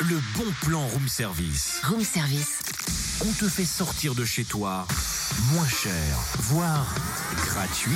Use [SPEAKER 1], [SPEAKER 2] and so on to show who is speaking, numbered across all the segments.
[SPEAKER 1] Le bon plan room service.
[SPEAKER 2] Room service.
[SPEAKER 1] On te fait sortir de chez toi moins cher, voire gratuit.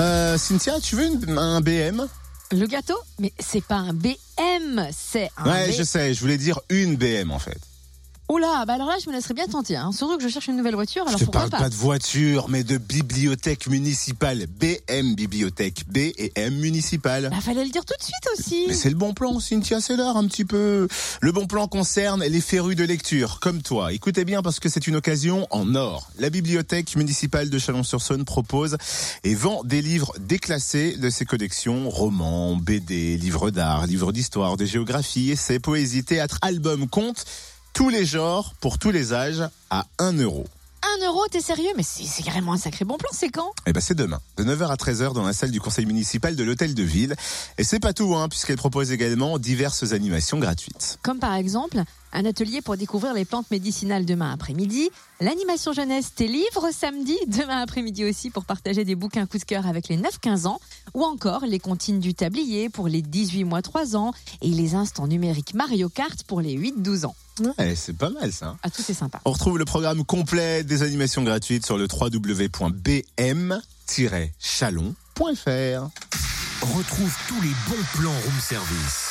[SPEAKER 3] Euh, Cynthia, tu veux une- un BM
[SPEAKER 4] Le gâteau Mais c'est pas un BM, c'est un
[SPEAKER 3] Ouais,
[SPEAKER 4] B-
[SPEAKER 3] je sais, je voulais dire une BM en fait.
[SPEAKER 4] Oh là, bah alors là, je me laisserais bien tenter. Hein. Surtout que je cherche une nouvelle voiture, alors
[SPEAKER 3] je te
[SPEAKER 4] pourquoi
[SPEAKER 3] parle pas. de voiture, mais de bibliothèque municipale. BM bibliothèque, B et M municipale.
[SPEAKER 4] Bah fallait le dire tout de suite aussi.
[SPEAKER 3] Mais c'est le bon plan, Cynthia, c'est l'heure un petit peu. Le bon plan concerne les férus de lecture, comme toi. Écoutez bien parce que c'est une occasion en or. La bibliothèque municipale de Chalon-sur-Saône propose et vend des livres déclassés de ses collections, romans, BD, livres d'art, livres d'histoire, de géographie, essais, poésie, théâtre, albums, contes, tous les genres, pour tous les âges, à 1 euro.
[SPEAKER 4] Un euro, t'es sérieux Mais c'est c'est carrément un sacré bon plan, c'est quand
[SPEAKER 3] Eh ben c'est demain, de 9h à 13h dans la salle du conseil municipal de l'hôtel de ville. Et c'est pas tout, hein, puisqu'elle propose également diverses animations gratuites.
[SPEAKER 4] Comme par exemple, un atelier pour découvrir les plantes médicinales demain après-midi, l'animation jeunesse Tes livres samedi, demain après-midi aussi pour partager des bouquins coup de cœur avec les 9-15 ans, ou encore les comptines du tablier pour les 18 mois 3 ans et les instants numériques Mario Kart pour les 8-12 ans.
[SPEAKER 3] Ouais, c'est pas mal ça.
[SPEAKER 4] Ah, tout est sympa.
[SPEAKER 3] On retrouve le programme complet des animations gratuites sur le www.bm-chalon.fr.
[SPEAKER 1] Retrouve tous les bons plans room service.